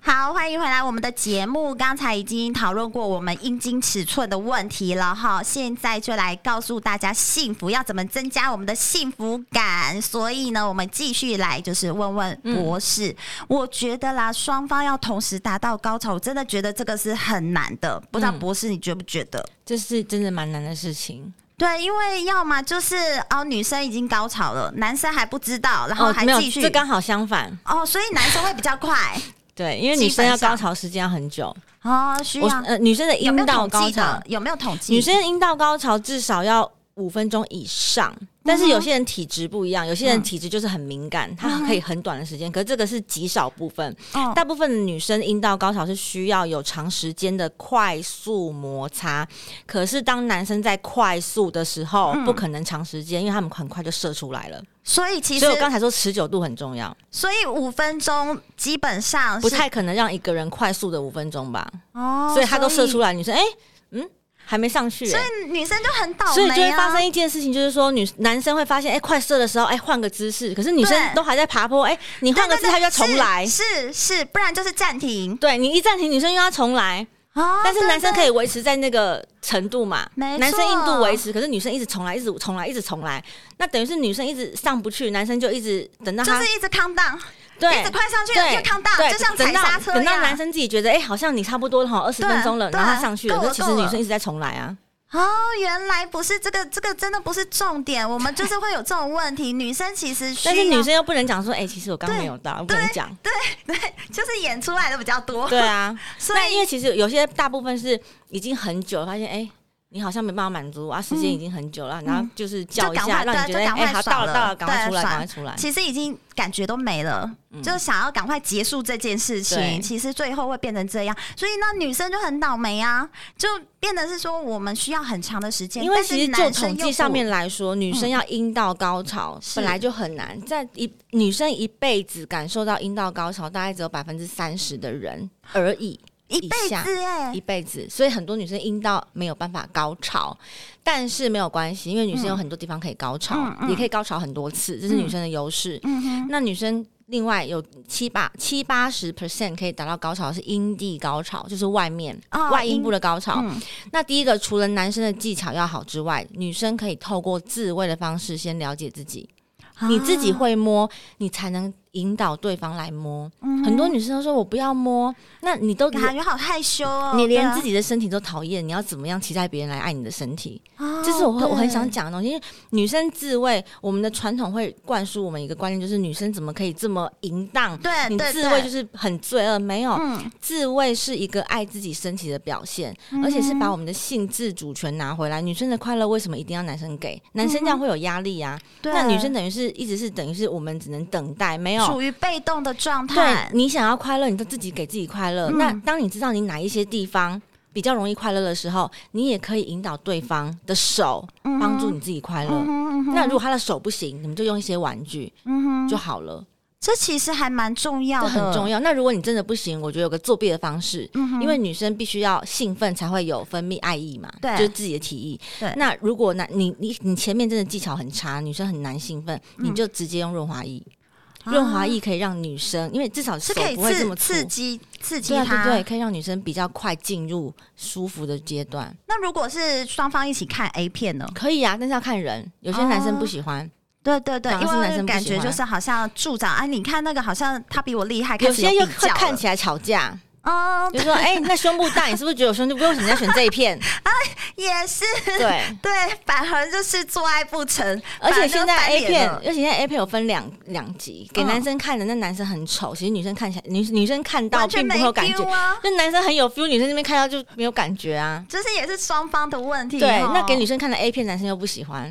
Speaker 2: 好，好，欢迎回来我们的节目。刚才已经讨论过我们阴茎尺寸的问题了哈，现在就来告诉大家幸福要怎么增加我们的幸福感。所以呢，我们继续来就是问问博士，
Speaker 3: 嗯
Speaker 2: 我觉得啦，双方要同时达到高潮，我真的觉得这个是很难的。不知道
Speaker 3: 嗯
Speaker 2: 博士你觉不觉得？
Speaker 3: 这是真的蛮难的事情。
Speaker 2: 对，因为要么就是哦，女生已经高潮了，男生还不知道，然后
Speaker 3: 哦，
Speaker 2: 还
Speaker 3: 没有，
Speaker 2: 继续
Speaker 3: 这刚好相反。
Speaker 2: 哦，所以男生会比较 快
Speaker 3: 对，因为
Speaker 2: 基
Speaker 3: 女生要
Speaker 2: 本上
Speaker 3: 高潮时间要很久，
Speaker 2: 哦，需
Speaker 3: 我
Speaker 2: 要
Speaker 3: 呃女生的
Speaker 2: 有
Speaker 3: 阴
Speaker 2: 没有
Speaker 3: 道
Speaker 2: 统
Speaker 3: 高
Speaker 2: 计
Speaker 3: 潮
Speaker 2: 的？，有没有统计？
Speaker 3: 女生的阴道高潮至少要五分钟以上，
Speaker 2: 嗯
Speaker 3: 但是有些人体质不一样，有些人体质就是很敏感，她可以很短的时间，可是这个是极少部分，
Speaker 2: 嗯哦
Speaker 3: 大部分的女生阴道高潮是需要有长时间的快速摩擦，可是当男生在快速的时候，
Speaker 2: 嗯
Speaker 3: 不可能长时间，因为他们很快就射出来了。
Speaker 2: 所以其实
Speaker 3: 所以我刚才说持久度很重要，
Speaker 2: 所以五分钟基本上
Speaker 3: 不
Speaker 2: 是
Speaker 3: 太可能让一个人快速的五分钟吧，
Speaker 2: 哦，
Speaker 3: 所以他都射出
Speaker 2: 来，
Speaker 3: 来，女生哎、嗯还没上去、欸
Speaker 2: 所以女生就很倒
Speaker 3: 所以
Speaker 2: 霉
Speaker 3: 就
Speaker 2: 啊，
Speaker 3: 会发生一件事情，就是说女男生会发现，哎、快射的时候，哎、换个姿势，可是女生
Speaker 2: 对
Speaker 3: 都还在爬坡，哎、你换个姿
Speaker 2: 对对对
Speaker 3: 势，她就要重来。
Speaker 2: 是是是，不然就是暂停
Speaker 3: 对你一暂停，女生又要重来，
Speaker 2: 哦，
Speaker 3: 但是男生可
Speaker 2: 以
Speaker 3: 以维持在那个程度嘛？
Speaker 2: 没
Speaker 3: 男生硬
Speaker 2: 错
Speaker 3: 度维持，可是女生一直重来，一直重来，一直重来，那等于是女生一直上不去，男生就一直等到
Speaker 2: 就
Speaker 3: 他、
Speaker 2: 是一直 count down，
Speaker 3: 对
Speaker 2: 一直快上去
Speaker 3: 对
Speaker 2: 又 count down，
Speaker 3: 对
Speaker 2: 就像踩
Speaker 3: 等到
Speaker 2: 刹车一
Speaker 3: 等到
Speaker 2: 样
Speaker 3: 男生自己觉得哎、好像你差不多了哈，二十
Speaker 2: 对
Speaker 3: 分钟了，
Speaker 2: 对
Speaker 3: 然后他上去了，
Speaker 2: 够了
Speaker 3: 可是其实
Speaker 2: 够了
Speaker 3: 女生一直在重来啊。
Speaker 2: 哦，原来不是这个，这个真的不是重点，我们就是会有这种问题，女生其实需要
Speaker 3: 但是女生又不能讲说哎、其实我刚
Speaker 2: 对
Speaker 3: 没有到，不能讲。
Speaker 2: 就是演出来的比较多，
Speaker 3: 对 啊，
Speaker 2: 所
Speaker 3: 那因
Speaker 2: 以
Speaker 3: 为其实有些大部分是已经很久了，发现哎。你好像没办法满足啊，时间已经很久了，然后就是叫
Speaker 2: 嗯就
Speaker 3: 一
Speaker 2: 赶
Speaker 3: 下，
Speaker 2: 快
Speaker 3: 让
Speaker 2: 对
Speaker 3: 你觉得
Speaker 2: 就赶快
Speaker 3: 哎，好
Speaker 2: 爽
Speaker 3: 到了到
Speaker 2: 了
Speaker 3: 了，赶快
Speaker 2: 对
Speaker 3: 出来，
Speaker 2: 爽
Speaker 3: 赶快出来。
Speaker 2: 其实已经感觉都没了，
Speaker 3: 嗯
Speaker 2: 就是想要赶快结束这件事情，
Speaker 3: 对
Speaker 2: 其实最后会变成这样，所以那女生就很倒霉啊，就变得是说我们需要很长的时间，
Speaker 3: 因为
Speaker 2: 但是
Speaker 3: 其实就
Speaker 2: 男生
Speaker 3: 统
Speaker 2: 又
Speaker 3: 计
Speaker 2: 不
Speaker 3: 上面来说，女生要阴道高潮
Speaker 2: 是
Speaker 3: 本来就很难，在一女生一辈子感受到阴道高潮，大概只有百分之三十的人而已。
Speaker 2: 一辈
Speaker 3: 以下
Speaker 2: 子哎、
Speaker 3: 一辈子，所以很多女生阴道没有办法高潮，但是没有关系，因为女生有很多地方可以高潮，
Speaker 2: 嗯嗯
Speaker 3: 也可以高潮很多次，这是女生的优势。
Speaker 2: 嗯哼，
Speaker 3: 那女生另外有七八七八十 percent 可以达到高潮是阴蒂高潮，就是外面、
Speaker 2: 哦
Speaker 3: 外阴
Speaker 2: 阴
Speaker 3: 部的高潮。
Speaker 2: 嗯
Speaker 3: 那第一个，除了男生的技巧要好之外，女生可以透过自慰的方式先了解自己，
Speaker 2: 哦
Speaker 3: 你自
Speaker 2: 嗯
Speaker 3: 己会摸，你才能引导对方来摸。
Speaker 2: 嗯
Speaker 3: 很多女生都说我不要摸，那你都
Speaker 2: 啊感觉好害羞哦，
Speaker 3: 你
Speaker 2: 对
Speaker 3: 连
Speaker 2: 啊
Speaker 3: 自己的身体都讨厌，你要怎么样期待别人来爱你的身体？
Speaker 2: 哦
Speaker 3: 这是我我很想
Speaker 2: 对
Speaker 3: 讲的东西。因为女生自慰，我们的传统会灌输我们一个观念，就是女生怎么可以这么淫荡？
Speaker 2: 对
Speaker 3: 你
Speaker 2: 对
Speaker 3: 自
Speaker 2: 对
Speaker 3: 慰就是很罪恶，没有。
Speaker 2: 嗯
Speaker 3: 自慰是一个爱自己身体的表现，而且是
Speaker 2: 嗯
Speaker 3: 把我们的性自主权拿回来。女生的快乐为什么一定要男生给？男生这样会有压力啊。
Speaker 2: 嗯对
Speaker 3: 那女生等于是一直是等于是我们只能等待，没有
Speaker 2: 处于被动的状态
Speaker 3: 对，你想要快乐，你就自己给自己快乐。
Speaker 2: 嗯
Speaker 3: 那当你知道你哪一些地方比较容易快乐的时候，你也可以引导对方的手
Speaker 2: 嗯哼
Speaker 3: 帮助你自己快乐。
Speaker 2: 嗯哼
Speaker 3: 那如果他的手不行，你们就用一些玩具
Speaker 2: 嗯哼，
Speaker 3: 就好了，
Speaker 2: 这其实还蛮重要
Speaker 3: 这
Speaker 2: 嗯的，嗯
Speaker 3: 很重要。那如果你真的不行，我觉得有个作弊的方式，因为女生必须要兴奋才会有分泌爱意嘛，
Speaker 2: 对
Speaker 3: 就是自己的体液
Speaker 2: 对。
Speaker 3: 那如果男你你你前面真的技巧很差，女生很难兴奋，
Speaker 2: 嗯
Speaker 3: 你就直接用润滑液。润滑液可以让女生，因为至少
Speaker 2: 啊是
Speaker 3: 手
Speaker 2: 可以
Speaker 3: 不会这么
Speaker 2: 刺刺
Speaker 3: 粗
Speaker 2: 激刺激
Speaker 3: 对啊
Speaker 2: 他。
Speaker 3: 对对，可以让女生比较快进入舒服的阶段，
Speaker 2: 那如果是双方一起看 A 片呢？
Speaker 3: 可以啊，但是要看人，有些男生不喜欢，
Speaker 2: 对对对，
Speaker 3: 当
Speaker 2: 因
Speaker 3: 然是男
Speaker 2: 为
Speaker 3: 生不
Speaker 2: 感觉
Speaker 3: 喜欢
Speaker 2: 就是好像助长哎，你看那个好像他比我厉害，开
Speaker 3: 有
Speaker 2: 始
Speaker 3: 些又
Speaker 2: 比
Speaker 3: 会
Speaker 2: 较
Speaker 3: 看
Speaker 2: 了
Speaker 3: 起来吵架，
Speaker 2: 哦，
Speaker 3: 就说哎、 那胸部大，你是不是觉得我胸部？为什么要选这一片？
Speaker 2: 也是
Speaker 3: 对。
Speaker 2: 对，反而就是做爱不成，
Speaker 3: 而
Speaker 2: 反而
Speaker 3: 且
Speaker 2: 就
Speaker 3: 现在
Speaker 2: 翻
Speaker 3: A
Speaker 2: 脸啊
Speaker 3: 片，
Speaker 2: 了
Speaker 3: 而且现在 A 片有分两两集，给
Speaker 2: 嗯
Speaker 3: 男生看的，那男生很丑，其实女生看起来，女女生看到
Speaker 2: 完全
Speaker 3: 并不
Speaker 2: 没
Speaker 3: 会有感觉
Speaker 2: feel，啊，
Speaker 3: 就男生很有 feel，女生那边看到就没有感觉啊。
Speaker 2: 就是也是双方的问题哦。
Speaker 3: 对，那给女生看的 A 片，男生又不喜欢，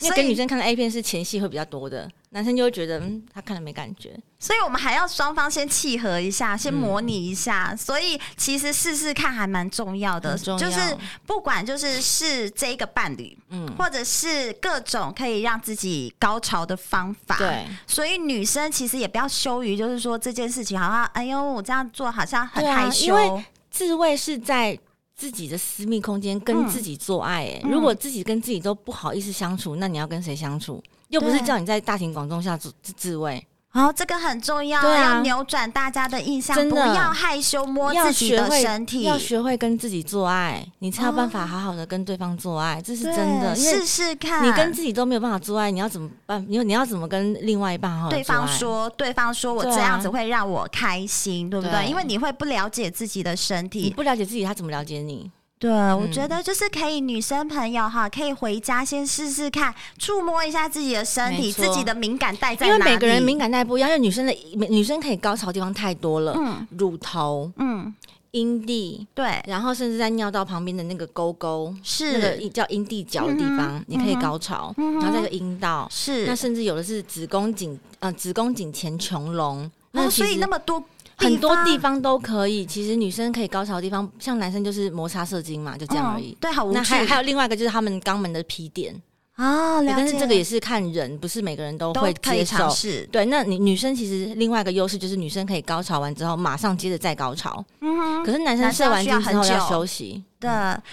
Speaker 3: 因为
Speaker 2: 所以
Speaker 3: 给女生看的 A 片是前戏会比较多的，男生就会觉得嗯，他看了没感觉。
Speaker 2: 所以我们还要双方先契合一
Speaker 3: 嗯
Speaker 2: 下，先模拟一下。所以其实试试看还蛮重要的，
Speaker 3: 很重要
Speaker 2: 就是不管就是是这一个伴侣，嗯，或者是各种可以让自己高潮的方法，
Speaker 3: 对。
Speaker 2: 所以女生其实也不要羞于，就是说这件事情好像，哎呦，我这样做好像很
Speaker 3: 对啊
Speaker 2: 害羞，
Speaker 3: 因为自慰是在自己的私密空间跟
Speaker 2: 嗯
Speaker 3: 自己做爱、欸，
Speaker 2: 嗯
Speaker 3: 如果自己跟自己都不好意思相处，那你要跟谁相处？又不是
Speaker 2: 对
Speaker 3: 叫你在大庭广众下自自自慰，
Speaker 2: 哦，这个很重要，
Speaker 3: 对啊
Speaker 2: 要扭转大家的印象，
Speaker 3: 真
Speaker 2: 不
Speaker 3: 的
Speaker 2: 要害羞摸
Speaker 3: 要
Speaker 2: 自己
Speaker 3: 学
Speaker 2: 的
Speaker 3: 会
Speaker 2: 身体，
Speaker 3: 要学会跟自己做爱，你才有办
Speaker 2: 哦
Speaker 3: 法好好的跟对方做爱，这是
Speaker 2: 对
Speaker 3: 真的。因为
Speaker 2: 试试看。
Speaker 3: 你跟自己都没有办法做爱，你要怎么办？你你要怎么跟另哦外一半好好地
Speaker 2: 对
Speaker 3: 做
Speaker 2: 方
Speaker 3: 爱？
Speaker 2: 说，对方说我
Speaker 3: 对
Speaker 2: 这
Speaker 3: 啊
Speaker 2: 样子会让我开心，对不对？
Speaker 3: 对嗯
Speaker 2: 因为你会不了解自己的身
Speaker 3: 你
Speaker 2: 体。
Speaker 3: 不了解自己，他怎么了解你？
Speaker 2: 对，
Speaker 3: 嗯
Speaker 2: 我觉得就是可以，女生朋友哈，可以回家先试试看，触摸一下自己的身体，
Speaker 3: 没错
Speaker 2: 自己的敏感带在
Speaker 3: 因
Speaker 2: 哪
Speaker 3: 为
Speaker 2: 里。
Speaker 3: 每个人敏感带不一样，因为女生的女生可以高潮的地方太多了，
Speaker 2: 嗯
Speaker 3: 乳头、
Speaker 2: 嗯，
Speaker 3: 阴蒂，
Speaker 2: 对，
Speaker 3: 然后甚至在尿道旁边的那个沟沟，
Speaker 2: 是、
Speaker 3: 那个叫阴蒂角的地方，
Speaker 2: 嗯哼
Speaker 3: 你可以高潮，
Speaker 2: 嗯哼
Speaker 3: 然后再有阴道，
Speaker 2: 是哦
Speaker 3: 那甚至有的是子宫颈，呃，子宫颈前穹隆，那
Speaker 2: 哦，
Speaker 3: 其
Speaker 2: 所以
Speaker 3: 实
Speaker 2: 那么多
Speaker 3: 很多地方都可以。其实女生可以高潮的地方，像男生就是摩擦射精嘛，就这样而已
Speaker 2: 嗯。对，好无
Speaker 3: 那
Speaker 2: 趣
Speaker 3: 还还有另外一个就是他们肛门的皮点，
Speaker 2: 哦，
Speaker 3: 对
Speaker 2: 了解，
Speaker 3: 但是这个也是看人，不是每个人都
Speaker 2: 都
Speaker 3: 会
Speaker 2: 可以
Speaker 3: 接受
Speaker 2: 尝。试。
Speaker 3: 对，那你女生其实另外一个优势就是女生可以高潮完之后马上接着再高潮，
Speaker 2: 嗯哼，
Speaker 3: 可是男生
Speaker 2: 男生
Speaker 3: 射完精之后
Speaker 2: 需要
Speaker 3: 要
Speaker 2: 很久
Speaker 3: 休息。
Speaker 2: 对，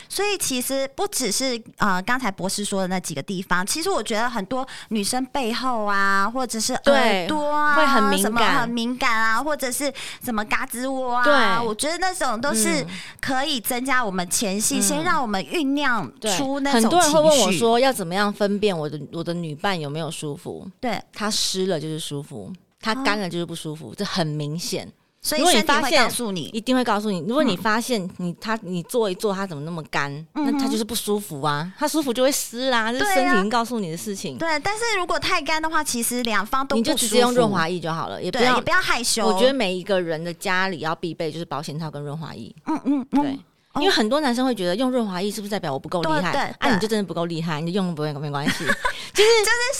Speaker 2: 所以其实不只是呃，刚才博士说的那几个地方，其实我觉得很多女生背后啊，或者是
Speaker 3: 对
Speaker 2: 耳朵啊，
Speaker 3: 会很敏感
Speaker 2: 什么很敏感啊，或者是什么嘎吱窝啊，
Speaker 3: 对
Speaker 2: 我觉得那种都是
Speaker 3: 嗯
Speaker 2: 可以增加我们前戏，
Speaker 3: 嗯
Speaker 2: 先让我们酝酿
Speaker 3: 对，
Speaker 2: 出那种
Speaker 3: 很多人会问我
Speaker 2: 情绪，
Speaker 3: 说，要怎么样分辨我的我的女伴有没有舒服？
Speaker 2: 对，
Speaker 3: 她湿了就是舒服，她
Speaker 2: 哦
Speaker 3: 干了就是不舒服，这很明显，
Speaker 2: 所以
Speaker 3: 如果你
Speaker 2: 身体
Speaker 3: 发
Speaker 2: 会
Speaker 3: 现
Speaker 2: 告诉你，
Speaker 3: 一定会告诉你。如果你发现你她你做一做她怎么那么干，
Speaker 2: 嗯哼
Speaker 3: 那她就是不舒服啊，她舒服就会湿啦，这
Speaker 2: 对
Speaker 3: 是
Speaker 2: 啊
Speaker 3: 身体已经告诉你的事情。
Speaker 2: 对，但是如果太干的话，其实两方都
Speaker 3: 你就
Speaker 2: 不
Speaker 3: 直
Speaker 2: 舒
Speaker 3: 接用润
Speaker 2: 服，
Speaker 3: 滑液就好了，也不
Speaker 2: 对，也
Speaker 3: 要
Speaker 2: 不要害羞，
Speaker 3: 我觉得每一个人的家里要必备就是保险套跟润滑液，
Speaker 2: 嗯嗯
Speaker 3: 对。
Speaker 2: 嗯，哦
Speaker 3: 因为很多男生会觉得用润滑液是不是代表我不够厉
Speaker 2: 对
Speaker 3: 害？
Speaker 2: 对
Speaker 3: 啊，
Speaker 2: 对
Speaker 3: 你就真的不够厉害，你就用不会没关系。
Speaker 2: 就是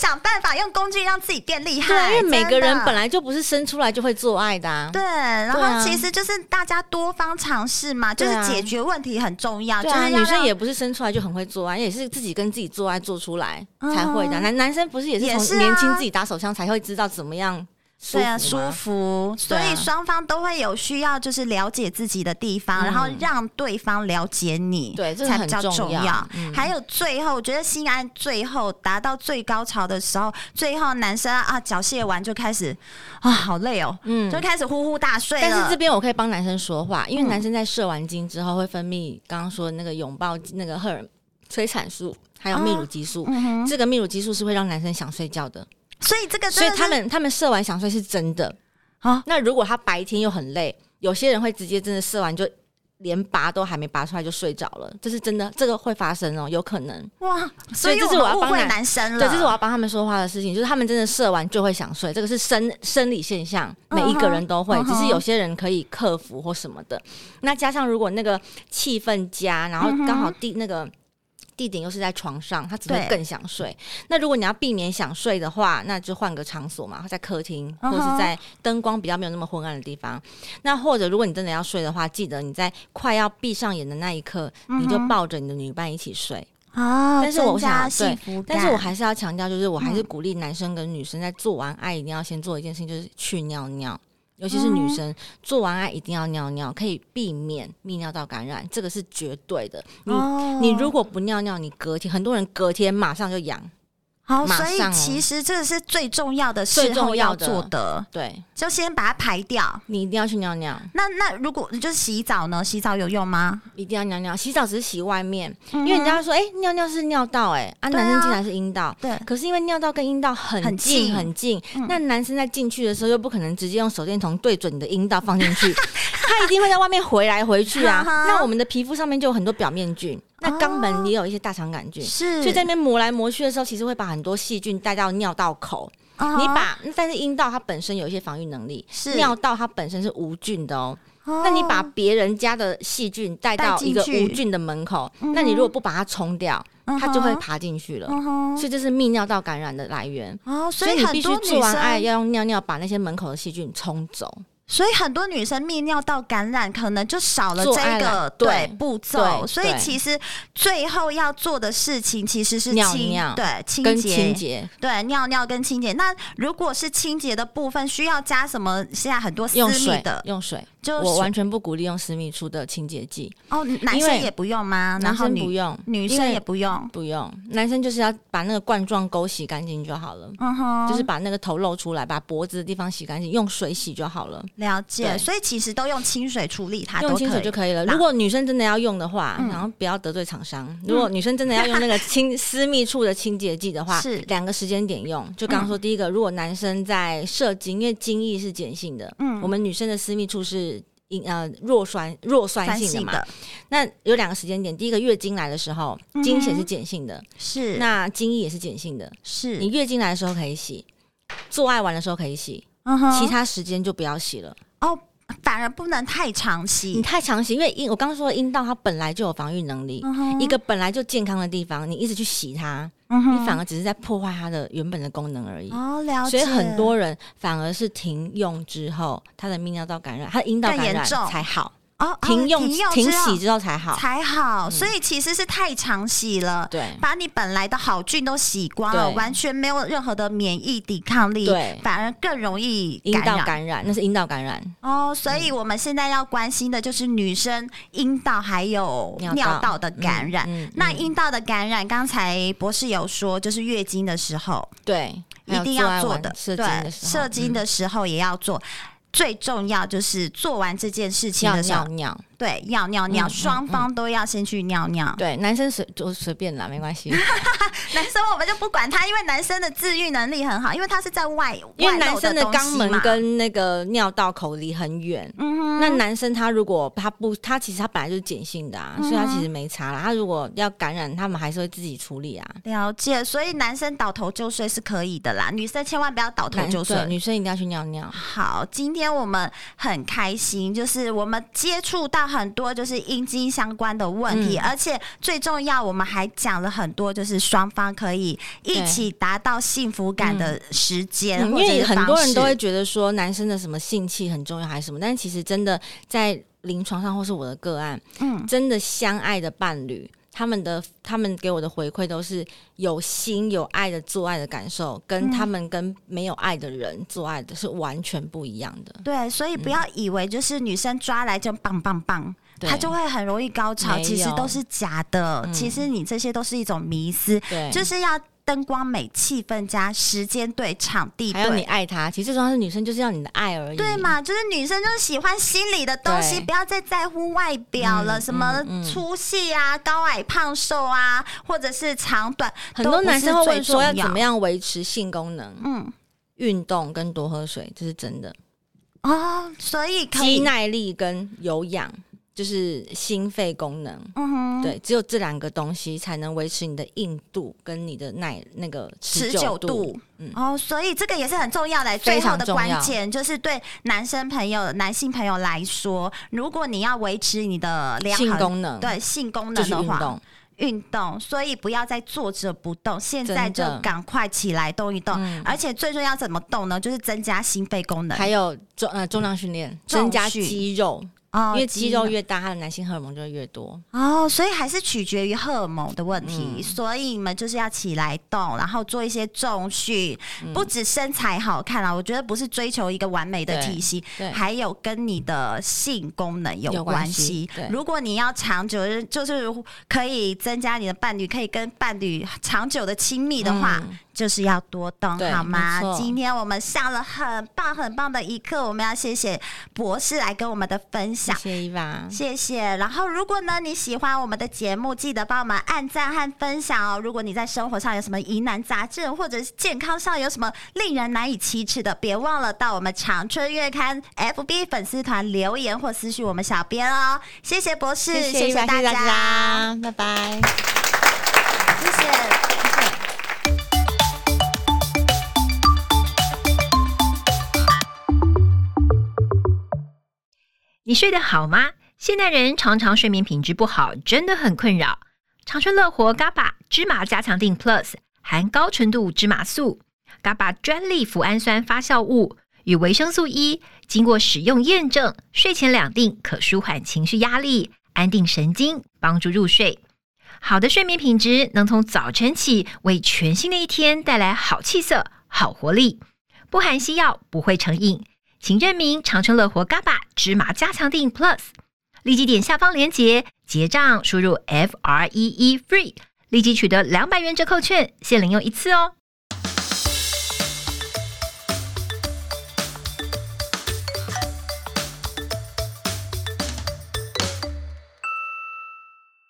Speaker 2: 想办法用工具让自己变厉害，
Speaker 3: 对，因为每个人
Speaker 2: 真的
Speaker 3: 本来就不是生出来就会做爱的、啊。
Speaker 2: 对，然
Speaker 3: 对
Speaker 2: 后
Speaker 3: 啊
Speaker 2: 其实就是大家多方尝试嘛，就
Speaker 3: 对
Speaker 2: 是
Speaker 3: 啊
Speaker 2: 解决问题很重要，
Speaker 3: 对
Speaker 2: 就是
Speaker 3: 啊，
Speaker 2: 要
Speaker 3: 女生
Speaker 2: 让
Speaker 3: 也不是生出来就很会做爱，也是自己跟自己做爱做出来
Speaker 2: 嗯
Speaker 3: 才会的啊。男男生不是也是
Speaker 2: 也是啊
Speaker 3: 从年轻自己打手枪才会知道怎么样舒
Speaker 2: 对
Speaker 3: 服
Speaker 2: 啊
Speaker 3: 吗？
Speaker 2: 舒服，所
Speaker 3: 对
Speaker 2: 以
Speaker 3: 啊
Speaker 2: 双方都会有需要，就是了解自己的地方，然后
Speaker 3: 嗯
Speaker 2: 让对方了解你，
Speaker 3: 对这个
Speaker 2: 才
Speaker 3: 很
Speaker 2: 比较
Speaker 3: 重
Speaker 2: 重
Speaker 3: 要
Speaker 2: 要。
Speaker 3: 嗯
Speaker 2: 还有最后，我觉得性爱最后达到最高潮的时候，最后男生啊缴械完就开始啊好累哦，
Speaker 3: 嗯
Speaker 2: 就开始呼呼大睡了。
Speaker 3: 但是这边我可以帮男生说话，因为
Speaker 2: 嗯
Speaker 3: 男生在射完精之后会分泌刚刚说的那个拥抱那个荷尔催产素，还有泌乳激素。
Speaker 2: 嗯哼，
Speaker 3: 这个泌乳激素是会让男生想睡觉的，
Speaker 2: 所以这个
Speaker 3: 所以
Speaker 2: 真的
Speaker 3: 他
Speaker 2: 是
Speaker 3: 们他们射完想睡是真的。
Speaker 2: 啊
Speaker 3: 那如果他白天又很累，有些人会直接真的射完就连拔都还没拔出来就睡着了，这是真的，这个会发生哦，有可能。
Speaker 2: 哇，所
Speaker 3: 所以
Speaker 2: 以
Speaker 3: 这是
Speaker 2: 们
Speaker 3: 我要
Speaker 2: 误
Speaker 3: 帮
Speaker 2: 会
Speaker 3: 男
Speaker 2: 男生了，
Speaker 3: 对，这是我要帮他们说话的事情，就是他们真的射完就会想睡，这个是生生理现象，每一个人都会
Speaker 2: 嗯哼
Speaker 3: 只是有些人可以克服或什么的。那加上如果那个气氛佳，然
Speaker 2: 嗯
Speaker 3: 后刚好地、那个。地点又是在床上，他只会
Speaker 2: 对
Speaker 3: 更想睡。那如果你要避免想睡的话，那就换个场所嘛，在客厅
Speaker 2: 嗯哼
Speaker 3: 或者是在灯光比较没有那么昏暗的地方。那或者如果你真的要睡的话，记得你在快要闭上眼的那一刻，你就
Speaker 2: 嗯哼
Speaker 3: 抱着你的女伴一起睡。
Speaker 2: 哦，
Speaker 3: 但是我
Speaker 2: 增加
Speaker 3: 想对
Speaker 2: 幸福感，
Speaker 3: 但是我还是要强调，就是我
Speaker 2: 嗯
Speaker 3: 还是鼓励男生跟女生在做完爱一定要先做一件事情，就是去尿尿。尤其
Speaker 2: 嗯
Speaker 3: 是女生、做完爱一定要尿尿，可以避免泌尿道感染，这个是绝对的。你、
Speaker 2: 哦
Speaker 3: 你如果不尿尿，你隔天很多人隔天马上就痒，
Speaker 2: 好，
Speaker 3: 马
Speaker 2: 所以
Speaker 3: 上哦
Speaker 2: 其实这个是最重要的，
Speaker 3: 最
Speaker 2: 事后
Speaker 3: 重要的
Speaker 2: 做的，
Speaker 3: 对
Speaker 2: 就先把它排掉。
Speaker 3: 你一定要去尿尿，
Speaker 2: 那那如果就是洗澡呢？洗澡有用吗？
Speaker 3: 一定要尿尿。洗澡只是洗外面，
Speaker 2: 因
Speaker 3: 因为人家说哎、诶尿尿是尿道哎、诶啊
Speaker 2: 嗯对啊
Speaker 3: 男生进来是阴道，
Speaker 2: 对
Speaker 3: 可是因为尿道跟阴道很
Speaker 2: 很近嗯
Speaker 3: 近很近，那男生在进去的时候又不可能直接用手电筒对准你的阴道放进 去，他一定会在外面回来回去啊。
Speaker 2: 哈哈
Speaker 3: 那我们的皮肤上面就有很多表面菌，那肛
Speaker 2: 哦
Speaker 3: 门也有一些大肠杆菌。
Speaker 2: 是，
Speaker 3: 所以在那边磨来磨去的时候，其实会把很多细菌带到尿道口。
Speaker 2: 哦
Speaker 3: 你把，但是阴道它本身有一些防御能力，
Speaker 2: 是
Speaker 3: 尿道它本身是无菌的哦。
Speaker 2: 哦
Speaker 3: 那你把别人家的细菌带到一个
Speaker 2: 带进去
Speaker 3: 无菌的门口
Speaker 2: 嗯哼，
Speaker 3: 那你如果不把它冲掉，
Speaker 2: 嗯哼
Speaker 3: 它就会爬进去了。
Speaker 2: 嗯哼
Speaker 3: 所以这是泌尿道感染的来源。
Speaker 2: 哦，所
Speaker 3: 所以
Speaker 2: 以
Speaker 3: 你
Speaker 2: 很
Speaker 3: 必须
Speaker 2: 多
Speaker 3: 做
Speaker 2: 女
Speaker 3: 完爱
Speaker 2: 生，
Speaker 3: 要用尿尿把那些门口的细菌冲走。
Speaker 2: 所以很多女生泌尿道感染可能就少了这
Speaker 3: 做爱
Speaker 2: 个
Speaker 3: 了
Speaker 2: 对
Speaker 3: 对
Speaker 2: 步骤，
Speaker 3: 对
Speaker 2: 所以
Speaker 3: 对
Speaker 2: 其实最后要做的事情其实是
Speaker 3: 尿
Speaker 2: 清
Speaker 3: 尿
Speaker 2: 对清
Speaker 3: 跟
Speaker 2: 洁
Speaker 3: 清洁
Speaker 2: 对，尿尿跟清洁。那如果是清洁的部分，需要加什么？现在很多私
Speaker 3: 用
Speaker 2: 密
Speaker 3: 水
Speaker 2: 的
Speaker 3: 用水，
Speaker 2: 就
Speaker 3: 我完全不鼓励用私密处的清洁剂，
Speaker 2: 哦，男
Speaker 3: 因
Speaker 2: 生
Speaker 3: 为
Speaker 2: 也不用吗？然
Speaker 3: 男
Speaker 2: 后
Speaker 3: 生
Speaker 2: 女
Speaker 3: 不用，
Speaker 2: 女
Speaker 3: 因
Speaker 2: 生
Speaker 3: 为
Speaker 2: 也不用。
Speaker 3: 不用，男生就是要把那个冠状沟洗干净就好了。
Speaker 2: 嗯哼，
Speaker 3: 就是把那个头露出来，把脖子的地方洗干净，用水洗就好了，
Speaker 2: 了解，
Speaker 3: 对
Speaker 2: 所以其实都用清水处理它，
Speaker 3: 用清水就可以了。
Speaker 2: 啦
Speaker 3: 如果女生真的要用的话，
Speaker 2: 嗯
Speaker 3: 然后不要得罪厂商。如果女生真的要用那个清私密处的清洁剂的话，
Speaker 2: 是
Speaker 3: 两个时间点用。就刚刚说，第一个，如果男生在射精，因为精液是碱性的，
Speaker 2: 嗯
Speaker 3: 我们女生的私密处是。因呃弱酸弱酸
Speaker 2: 酸
Speaker 3: 性的
Speaker 2: 性
Speaker 3: 嘛，
Speaker 2: 的，嗯
Speaker 3: 那有两个时间点，第一个月经来的时候，经血是碱性的，
Speaker 2: 是
Speaker 3: 那精液也是碱性的。
Speaker 2: 是
Speaker 3: 你月经来的时候可以洗，做爱完的时候可以洗，
Speaker 2: 嗯哼
Speaker 3: 其他时间就不要洗了。
Speaker 2: 哦，反而不能太长
Speaker 3: 你
Speaker 2: 期。
Speaker 3: 太常洗，因为阴我刚刚说的阴道它本来就有防御能力，
Speaker 2: 嗯哼
Speaker 3: 一个本来就健康的地方，你一直去洗它，
Speaker 2: 嗯
Speaker 3: 你
Speaker 2: 哼
Speaker 3: 反而只是在破坏它的原本的功能而已。
Speaker 2: 哦，了解，
Speaker 3: 所以很多人反而是停用之后，他的泌尿道感染、他的阴道
Speaker 2: 更
Speaker 3: 感
Speaker 2: 严
Speaker 3: 染
Speaker 2: 重
Speaker 3: 才好，
Speaker 2: 哦，哦
Speaker 3: 停用、
Speaker 2: 停用
Speaker 3: 停
Speaker 2: 之后
Speaker 3: 洗之后才好。
Speaker 2: 才好，所以其实是太常洗了。
Speaker 3: 对
Speaker 2: 把你本来的好菌都洗光了，
Speaker 3: 对
Speaker 2: 完全没有任何的免疫抵抗力，
Speaker 3: 对
Speaker 2: 反而更容易
Speaker 3: 阴
Speaker 2: 感
Speaker 3: 道
Speaker 2: 染。
Speaker 3: 感染那是阴道感染，
Speaker 2: 哦，所以
Speaker 3: 嗯
Speaker 2: 我们现在要关心的就是女生阴道还有
Speaker 3: 尿道
Speaker 2: 尿道的感染。
Speaker 3: 嗯嗯嗯
Speaker 2: 那阴道的感染，刚才博士有说，就是月经的时候
Speaker 3: 对，还
Speaker 2: 一
Speaker 3: 有
Speaker 2: 定要
Speaker 3: 爱
Speaker 2: 做
Speaker 3: 完
Speaker 2: 的，
Speaker 3: 射精
Speaker 2: 对，
Speaker 3: 的时候，
Speaker 2: 射精
Speaker 3: 嗯
Speaker 2: 的时候也要做。最重要就是做完这件事情
Speaker 3: 要
Speaker 2: 的时候哦
Speaker 3: 尿，尿，
Speaker 2: 对，要尿尿，
Speaker 3: 嗯嗯
Speaker 2: 双方都要先去尿尿。
Speaker 3: 对，男生随就随便啦，没 关系，
Speaker 2: 男生我们就不管他，因为男生的自愈能力很好，因为他是在外，
Speaker 3: 因为
Speaker 2: 外
Speaker 3: 男
Speaker 2: 露
Speaker 3: 生的
Speaker 2: 东西
Speaker 3: 肛门
Speaker 2: 嘛
Speaker 3: 跟那个尿道口离很远。
Speaker 2: 嗯哼
Speaker 3: 那男生他如果他不，他其实他本来就是碱性的啊，所以他
Speaker 2: 嗯
Speaker 3: 其实没差啦。他如果要感染，他们还是会自己处理啊。
Speaker 2: 了解，所以男生倒头就睡是可以的啦，女生千万不要倒头
Speaker 3: 男
Speaker 2: 就
Speaker 3: 对
Speaker 2: 睡。
Speaker 3: 女生一定要去尿尿。
Speaker 2: 好，今天我们很开心，就是我们接触到很多就是阴茎相关的问题，
Speaker 3: 嗯
Speaker 2: 而且最重要，我们还讲了很多就是双方可以一
Speaker 3: 对
Speaker 2: 起达到幸福感的时间、
Speaker 3: 嗯因
Speaker 2: 或者
Speaker 3: 为
Speaker 2: 是
Speaker 3: 很
Speaker 2: 方
Speaker 3: 多人
Speaker 2: 式
Speaker 3: 都会觉得说男生的什么性器很重要还是什么，但其实真的在临床上或是我的个案，
Speaker 2: 嗯
Speaker 3: 真的相爱的伴侣，他们的他们给我的回馈都是有心有爱的做爱的感受，
Speaker 2: 嗯
Speaker 3: 跟他们跟没有爱的人做爱的是完全不一样的。
Speaker 2: 对，所以不要以为就是女生抓来就棒棒棒，
Speaker 3: 嗯对
Speaker 2: 她就会很容易高潮，
Speaker 3: 没
Speaker 2: 其实
Speaker 3: 有嗯
Speaker 2: 都是假的。其实你这些都是一种迷思，
Speaker 3: 对，
Speaker 2: 就是要灯光美、气氛加、时间对、场地
Speaker 3: 还有你
Speaker 2: 对。
Speaker 3: 爱他，其实最重要是女生就是要你的爱而已。
Speaker 2: 对？嘛，就是女生就是喜欢心里的东西，
Speaker 3: 对
Speaker 2: 不要再在乎外表了，
Speaker 3: 嗯
Speaker 2: 什么
Speaker 3: 嗯嗯
Speaker 2: 粗细啊、高矮胖瘦啊，或者是长短，
Speaker 3: 很多男生会问说要
Speaker 2: 要
Speaker 3: 怎么
Speaker 2: 样？
Speaker 3: 样维持性功能、
Speaker 2: 嗯，
Speaker 3: 运动跟多喝水，这是真的。
Speaker 2: 哦，所以可
Speaker 3: 肌
Speaker 2: 以，
Speaker 3: 耐力跟有氧就是心肺功能。
Speaker 2: 嗯哼，
Speaker 3: 对，只有这两个东西才能维持你的硬度跟你的耐那个
Speaker 2: 持
Speaker 3: 久
Speaker 2: 久度，
Speaker 3: 嗯
Speaker 2: 哦，所以这个也是很重要的。最
Speaker 3: 非
Speaker 2: 后
Speaker 3: 常
Speaker 2: 的
Speaker 3: 重要
Speaker 2: 关键就是对男生朋友、男性朋友来说，如果你要维持你的良好
Speaker 3: 性功能，，
Speaker 2: 对性功能
Speaker 3: 就是
Speaker 2: 的
Speaker 3: 运
Speaker 2: 话，
Speaker 3: 动。
Speaker 2: 运动，所以不要再坐着不动，现在就
Speaker 3: 真的
Speaker 2: 赶快起来动一动。
Speaker 3: 嗯
Speaker 2: 而且最重要怎么动呢？就是增加心肺功能，
Speaker 3: 还有重呃重量训练，
Speaker 2: 重
Speaker 3: 增加
Speaker 2: 训
Speaker 3: 肌肉，
Speaker 2: 哦
Speaker 3: 因为肌肉越大，它的男性荷尔蒙就会越多。
Speaker 2: 哦，所以还是取决于荷尔蒙的问题，
Speaker 3: 嗯
Speaker 2: 所以你们就是要起来动，然后做一些重训，
Speaker 3: 嗯
Speaker 2: 不止身材好看啊啦，我觉得不是追求一个完美的
Speaker 3: 对
Speaker 2: 体型，
Speaker 3: 对，
Speaker 2: 还有跟你的性功能有
Speaker 3: 有
Speaker 2: 关
Speaker 3: 关
Speaker 2: 系
Speaker 3: 系对。
Speaker 2: 如果你要长久，就是可以增加你的伴侣，可以跟伴侣长久的亲密的话，
Speaker 3: 嗯
Speaker 2: 就是要多动，
Speaker 3: 对
Speaker 2: 好吗
Speaker 3: 没？错
Speaker 2: 今天我们上了很棒很棒的一课，我们要谢谢博士来跟我们的分
Speaker 3: 谢
Speaker 2: 享。
Speaker 3: 谢伊娃，
Speaker 2: 谢谢。然后，如果呢你喜欢我们的节目，记得帮我们按赞和分享哦。如果你在生活上有什么疑难杂症，或者是健康上有什么令人难以启齿的，别忘了到我们长春月刊 FB 粉丝团留言或私讯我们小编哦。谢谢博士，
Speaker 3: 谢伊娃，
Speaker 2: 大
Speaker 3: 谢谢大
Speaker 2: 家，
Speaker 3: 家，拜拜。
Speaker 2: 谢谢。
Speaker 1: 你睡得好吗？现代人常常睡眠品质不好，真的很困扰。长春乐活 GABA 芝麻加强定 Plus 含高纯度芝麻素、GABA 专利脯氨酸发酵物与维生素 E，经过使用验证，睡前两定可舒缓情绪压力、安定神经，帮助入睡。好的睡眠品质能从早晨起为全新的一天带来好气色、好活力。不含西药，不会成瘾，请认明长春乐活 GABA 芝麻加强定 Plus。立即点下方链接结账，输入 F R E E FREE，立即取得两百元折扣券，限领用一次哦。